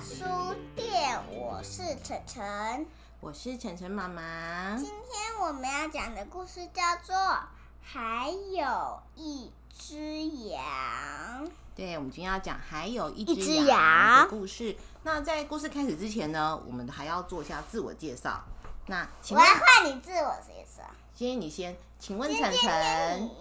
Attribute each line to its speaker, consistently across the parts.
Speaker 1: 书店，我是晨晨。
Speaker 2: 我是晨晨妈妈
Speaker 1: 今。天我们要讲的故事叫做《还有一只羊》。
Speaker 2: 对，我们今天要讲还有一
Speaker 1: 一只
Speaker 2: 只
Speaker 1: 羊
Speaker 2: 的故事。那在故事开始之前呢，我们还要做一下自我介绍。那请
Speaker 1: 我要
Speaker 2: 问，
Speaker 1: 换你自我介绍。
Speaker 2: 今天你先，请问
Speaker 1: 今
Speaker 2: 晨
Speaker 1: 天
Speaker 2: 晨，
Speaker 1: 你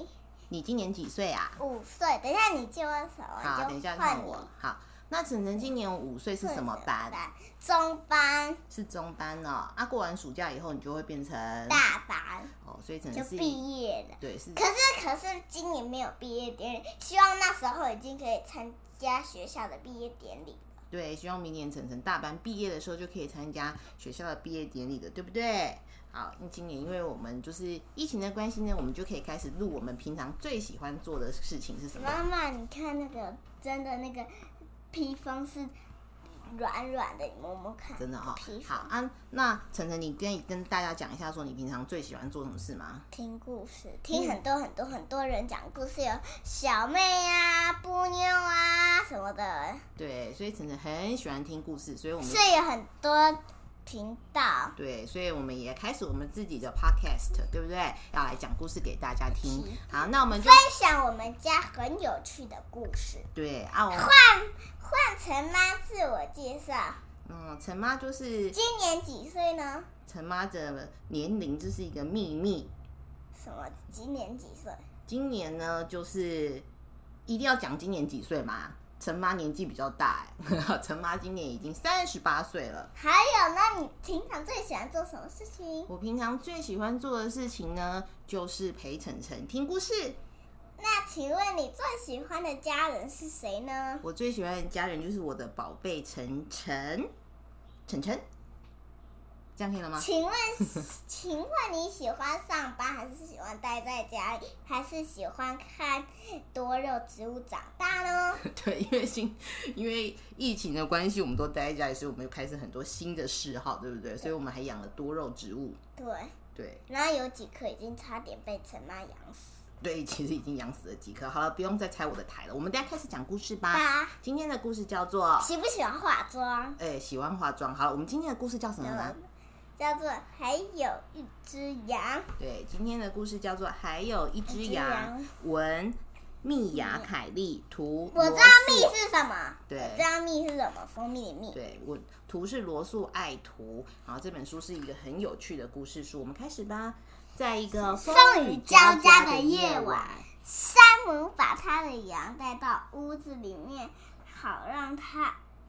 Speaker 2: 你今年几岁啊？
Speaker 1: 五岁，等一下你借我手，
Speaker 2: 好，等
Speaker 1: 我
Speaker 2: 一
Speaker 1: 就
Speaker 2: 下
Speaker 1: 换
Speaker 2: 看
Speaker 1: 你
Speaker 2: 我。好，那晨晨今年五岁是什么班？？嗯
Speaker 1: 中班、
Speaker 2: 是中班哦。啊，过完暑假以后，你就会变成
Speaker 1: 大班
Speaker 2: 哦，所以晨
Speaker 1: 就
Speaker 2: 晨是
Speaker 1: 毕业了。
Speaker 2: 对是
Speaker 1: 可是可是今年没有毕业典礼，希望那时候已经可以参加学校的毕业典礼。
Speaker 2: 对，希望明年晨晨大班毕业的时候就可以参加学校的毕业典礼的，对不对？好，那今年因为我们就是疫情的关系呢，我们就可以开始录我们平常最喜欢做的事情是什么？
Speaker 1: 妈妈，你看那个真的那个披风是软软的，你摸摸看。
Speaker 2: 真的哈、
Speaker 1: 披
Speaker 2: 好
Speaker 1: 风。
Speaker 2: 啊，那晨晨，你跟跟大家讲一下，说你平常最喜欢做什么事吗？
Speaker 1: 听故事，听很多很多很多人讲故事，有小妹啊、布妞啊什么
Speaker 2: 嗯
Speaker 1: 的，
Speaker 2: 对，所以晨晨很喜欢听故事，所以我们
Speaker 1: 所以有很多频道。
Speaker 2: 对，所以我们也开始我们自己的 podcast，对不对？要来讲故事给大家听
Speaker 1: 是。
Speaker 2: 好，那我们就
Speaker 1: 分享我们家很有趣的故事。
Speaker 2: 对啊，我
Speaker 1: 换成妈自我介绍，
Speaker 2: 嗯，陈妈就是
Speaker 1: 今年几岁呢？
Speaker 2: 陈妈的年龄这是一个秘密。
Speaker 1: 什么？今年几岁？
Speaker 2: 今年呢，就是一定要讲今年几岁嘛。陈妈年纪比较大、欸，陈妈今年已经三十八岁了。
Speaker 1: 还有，那你平常最喜欢做什么事情？
Speaker 2: 我平常最喜欢做的事情呢，就是陪晨晨听故事。
Speaker 1: 那请问你最喜欢的家人是谁呢？
Speaker 2: 我最喜欢的家人就是我的宝贝晨晨，晨晨，这样可以 了吗？
Speaker 1: 请问，请问你喜欢上班，还是喜欢待在家里，还是喜欢看多肉植物长大呢？
Speaker 2: 对，因为新因为疫情的关系，我们都待在家里，所以我们又开始很多新的嗜好，对不对？所以我们还养了多肉植物。
Speaker 1: 对，
Speaker 2: 对
Speaker 1: 然后有几颗已经差点被陈妈养死。
Speaker 2: 对，其实已经养死了几颗。好了，不用再拆我的台了，我们大家开始讲故事吧。
Speaker 1: 八，
Speaker 2: 今天的故事叫做，
Speaker 1: 嗯喜不喜欢化妆？
Speaker 2: 哎、喜欢化妆。好了，我们今天的故事叫什么呢？
Speaker 1: 叫做还有一只羊，
Speaker 2: 对，今天的故事叫做《还有一只
Speaker 1: 一只
Speaker 2: 羊
Speaker 1: 羊》，
Speaker 2: 文密雅凯利，图
Speaker 1: 我知
Speaker 2: 罗
Speaker 1: 道
Speaker 2: 素
Speaker 1: 蜜是什么，
Speaker 2: 对
Speaker 1: 我知道蜜是什么，蜂蜜的蜜。
Speaker 2: 对，我图是罗素爱图，然后这本书是一个很有趣的故事书，我们开始吧。在一个风
Speaker 1: 风雨
Speaker 2: 雨
Speaker 1: 交
Speaker 2: 交
Speaker 1: 加
Speaker 2: 加
Speaker 1: 的
Speaker 2: 的
Speaker 1: 夜
Speaker 2: 夜
Speaker 1: 晚
Speaker 2: 晚，
Speaker 1: 山姆把他的羊带到屋子里面，好让它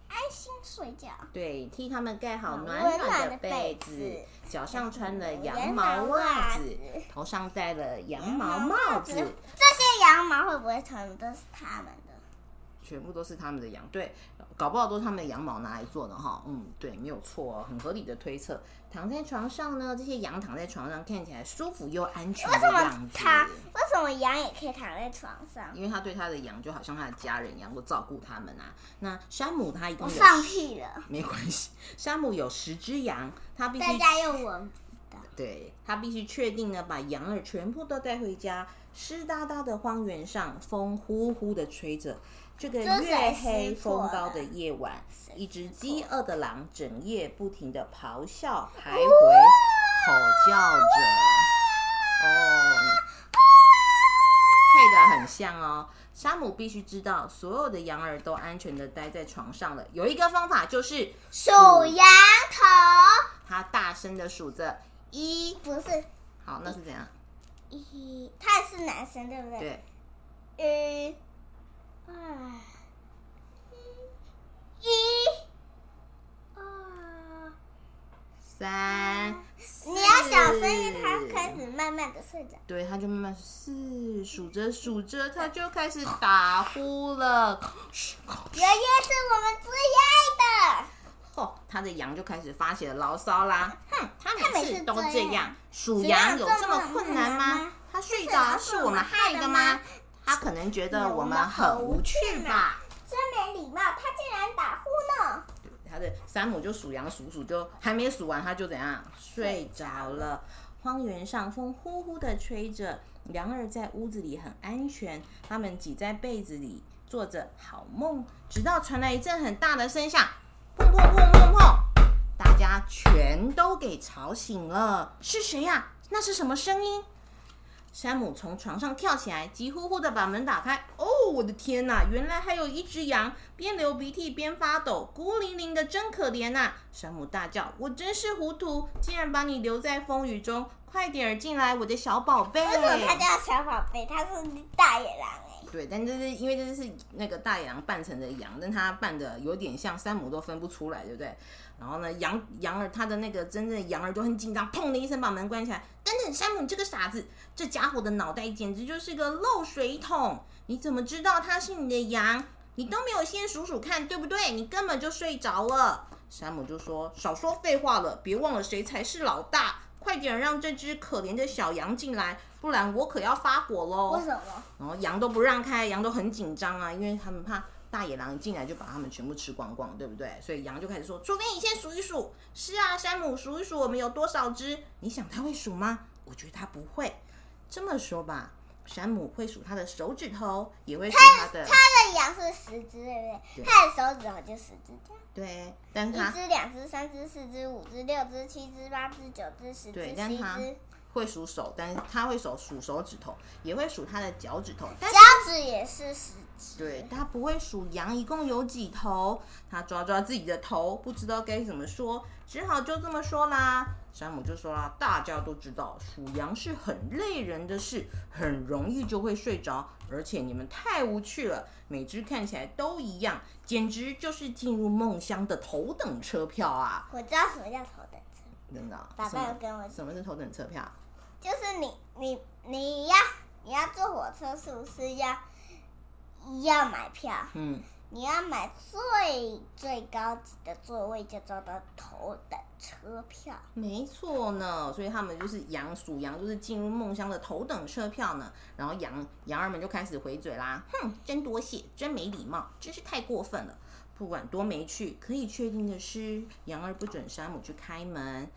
Speaker 1: 安心睡觉。
Speaker 2: 对，替他们盖
Speaker 1: 好
Speaker 2: 好暖
Speaker 1: 温暖
Speaker 2: 暖
Speaker 1: 的
Speaker 2: 的
Speaker 1: 被
Speaker 2: 被子
Speaker 1: 子，嗯
Speaker 2: 脚上穿了
Speaker 1: 羊
Speaker 2: 羊
Speaker 1: 毛
Speaker 2: 毛
Speaker 1: 袜
Speaker 2: 袜
Speaker 1: 子
Speaker 2: 子，头上戴了羊
Speaker 1: 羊毛
Speaker 2: 毛
Speaker 1: 帽
Speaker 2: 帽
Speaker 1: 子
Speaker 2: 子，
Speaker 1: 这些羊毛会不会全部都是他们的？
Speaker 2: 全部都是他们的羊，对，搞不好都是他们的羊毛拿来做的哈。嗯，对，没有错、哦，很合理的推测。躺在床上呢，这些羊躺在床上看起来舒服又安全
Speaker 1: 为
Speaker 2: 的
Speaker 1: 什
Speaker 2: 样
Speaker 1: 么
Speaker 2: 子。
Speaker 1: 它为什么羊也可以躺在床上？
Speaker 2: 因为他对他的羊就好像他的家人一样，都照顾他们啊。那山姆他一
Speaker 1: 我
Speaker 2: 共有
Speaker 1: 放屁了，
Speaker 2: 没关系，山姆有十只羊，他必须
Speaker 1: 大家又闻
Speaker 2: 对他必须确定呢，把羊儿全部都带回家。湿哒哒的荒原上，风呼呼的吹着。这个
Speaker 1: 这谁撕
Speaker 2: 月黑
Speaker 1: 破
Speaker 2: 风高
Speaker 1: 了
Speaker 2: 的夜晚，
Speaker 1: 谁
Speaker 2: 一
Speaker 1: 撕
Speaker 2: 只
Speaker 1: 破
Speaker 2: 饥饿的狼整夜不停的咆哮、徘徊、吼叫着。哦，配的很像哦。山姆必须知道，所有的羊儿都安全的待在床上了。有一个方法就是
Speaker 1: 数羊头，
Speaker 2: 他大声的数着一，
Speaker 1: 不是
Speaker 2: 好，那是怎样？
Speaker 1: 一，他也是男生对不对？
Speaker 2: 对。
Speaker 1: 一，二，一，二，
Speaker 2: 三，
Speaker 1: 你要小声音，
Speaker 2: 四
Speaker 1: 它开。始慢慢的睡着。
Speaker 2: 对，他就慢慢四数着数着，他就开始打呼了。
Speaker 1: 爷爷是我们最爱的，
Speaker 2: 吼，他的羊就开始发起了牢骚啦。哼，他每次都
Speaker 1: 他每次
Speaker 2: 这
Speaker 1: 这样
Speaker 2: 样，数羊有这么困难
Speaker 1: 这么困难
Speaker 2: 吗
Speaker 1: 吗？
Speaker 2: 他睡着是我们害的吗？他可能觉得我们很无趣吧。
Speaker 1: 真没礼貌，他竟然打呼呢！
Speaker 2: 他的山姆就数羊数数，就还没数完，他就怎样睡着了。荒原上风呼呼的吹着，羊儿在屋子里很安全，它们挤在被子里做着好梦，直到传来一阵很大的声响，砰砰砰砰砰，大家全都给吵醒了。是谁呀、那是什么声音？山姆从床上跳起来，急呼呼的把门打开。哦，我的天哪！原来还有一只羊，边流鼻涕边发抖，孤零零的，真可怜呐、山姆大叫：“我真是糊涂，竟然把你留在风雨中！快点儿进来，我的小宝贝！”
Speaker 1: 为什么它叫小宝贝？它是大野狼哎、
Speaker 2: 对，但这是因为这是那个大野狼扮成的羊，但它扮的有点像山姆都分不出来，对不对？然后呢，羊羊儿它的那个真正的羊儿都很紧张，砰的一声把门关起来。等等，山姆你这个傻子，这家伙的脑袋简直就是个漏水桶！你怎么知道它是你的羊？你都没有先数数看，对不对？你根本就睡着了。山姆就说：“少说废话了，别忘了谁才是老大！快点让这只可怜的小羊进来，不然我可要发火喽！”
Speaker 1: 为什么？
Speaker 2: 然后羊都不让开，羊都很紧张啊，因为他们怕大野狼一进来就把他们全部吃光光，对不对？所以羊就开始说：“除非你先数一数。”是啊，山姆数一数，我们有多少只？你想他会数吗？我觉得他不会。这么说吧，山姆会数他的手指头，也会数他的
Speaker 1: 它的羊是十只，对不对？它的手指头就十只，这样
Speaker 2: 对，但是
Speaker 1: 一
Speaker 2: 他
Speaker 1: 只、两只、三只、四只、五只、六只、七只、八只、九只、十只、
Speaker 2: 对
Speaker 1: 十
Speaker 2: 但
Speaker 1: 一
Speaker 2: 它
Speaker 1: 只，
Speaker 2: 会数手，但是他会手数手指头，也会数他的脚趾头，但是
Speaker 1: 脚趾也是十只。
Speaker 2: 对，他不会数羊一共有几头，他抓抓自己的头，不知道该怎么说，只好就这么说啦。山姆就说啦，大家都知道数羊是很累人的事，很容易就会睡着，而且你们太无趣了，每只看起来都一样，简直就是进入梦乡的头等车票啊！
Speaker 1: 我知道什么叫头等车，
Speaker 2: 真的啊，
Speaker 1: 爸
Speaker 2: 什
Speaker 1: 爸有
Speaker 2: 么
Speaker 1: 跟我讲，
Speaker 2: 什么是头等车票？
Speaker 1: 就是你你你要你要坐火车是不是要要买票？
Speaker 2: 嗯，
Speaker 1: 你要买最最高级的座位，就叫做头等车票。
Speaker 2: 没错呢，所以他们就是羊属羊，就是进入梦乡的头等车票呢。然后羊羊儿们就开始回嘴啦，哼，真多谢，真没礼貌，真是太过分了。不管多没趣，可以确定的是，羊儿不准山姆去开门。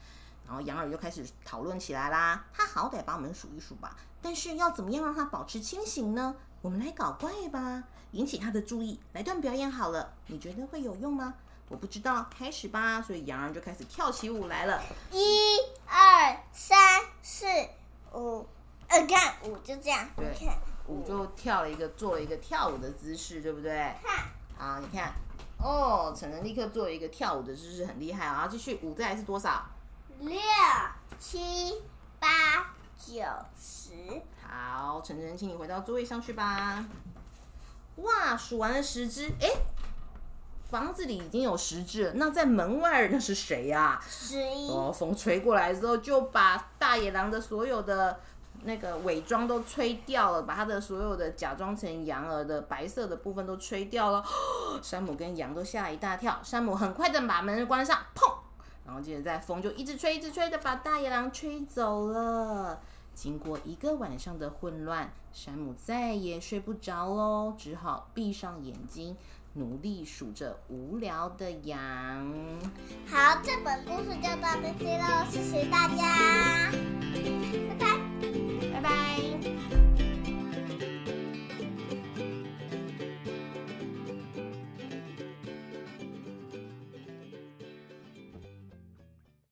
Speaker 2: 然后羊儿就开始讨论起来啦，他好歹帮我们数一数吧，但是要怎么样让他保持清醒呢？我们来搞怪吧，引起他的注意，来段表演好了，你觉得会有用吗？我不知道，开始吧。所以羊儿就开始跳起舞来了。
Speaker 1: 一二三四五，呃，看五就这样，
Speaker 2: 对
Speaker 1: 你看
Speaker 2: 舞就跳了一个，做了一个跳舞的姿势，对不对？
Speaker 1: 看
Speaker 2: 好，你看，哦，晨晨立刻做了一个跳舞的姿势，很厉害啊！好继续，五再来是多少？
Speaker 1: 六七八九十，
Speaker 2: 好，晨晨，请你回到座位上去吧。哇，数完了十只，哎，房子里已经有十只了，那在门外那是谁呀、
Speaker 1: 十一
Speaker 2: 哦，风吹过来之后，就把大野狼的所有的那个伪装都吹掉了，把它的所有的假装成羊儿的白色的部分都吹掉了。 山姆跟羊都吓一大跳，山姆很快的把门关上，砰！然后接着在风就一直吹，一直吹的把大野狼吹走了。经过一个晚上的混乱，山姆再也睡不着喽，只好闭上眼睛，努力数着无聊的羊。
Speaker 1: 好，这本故事就到这里喽，谢谢大家，拜拜。
Speaker 2: 拜拜。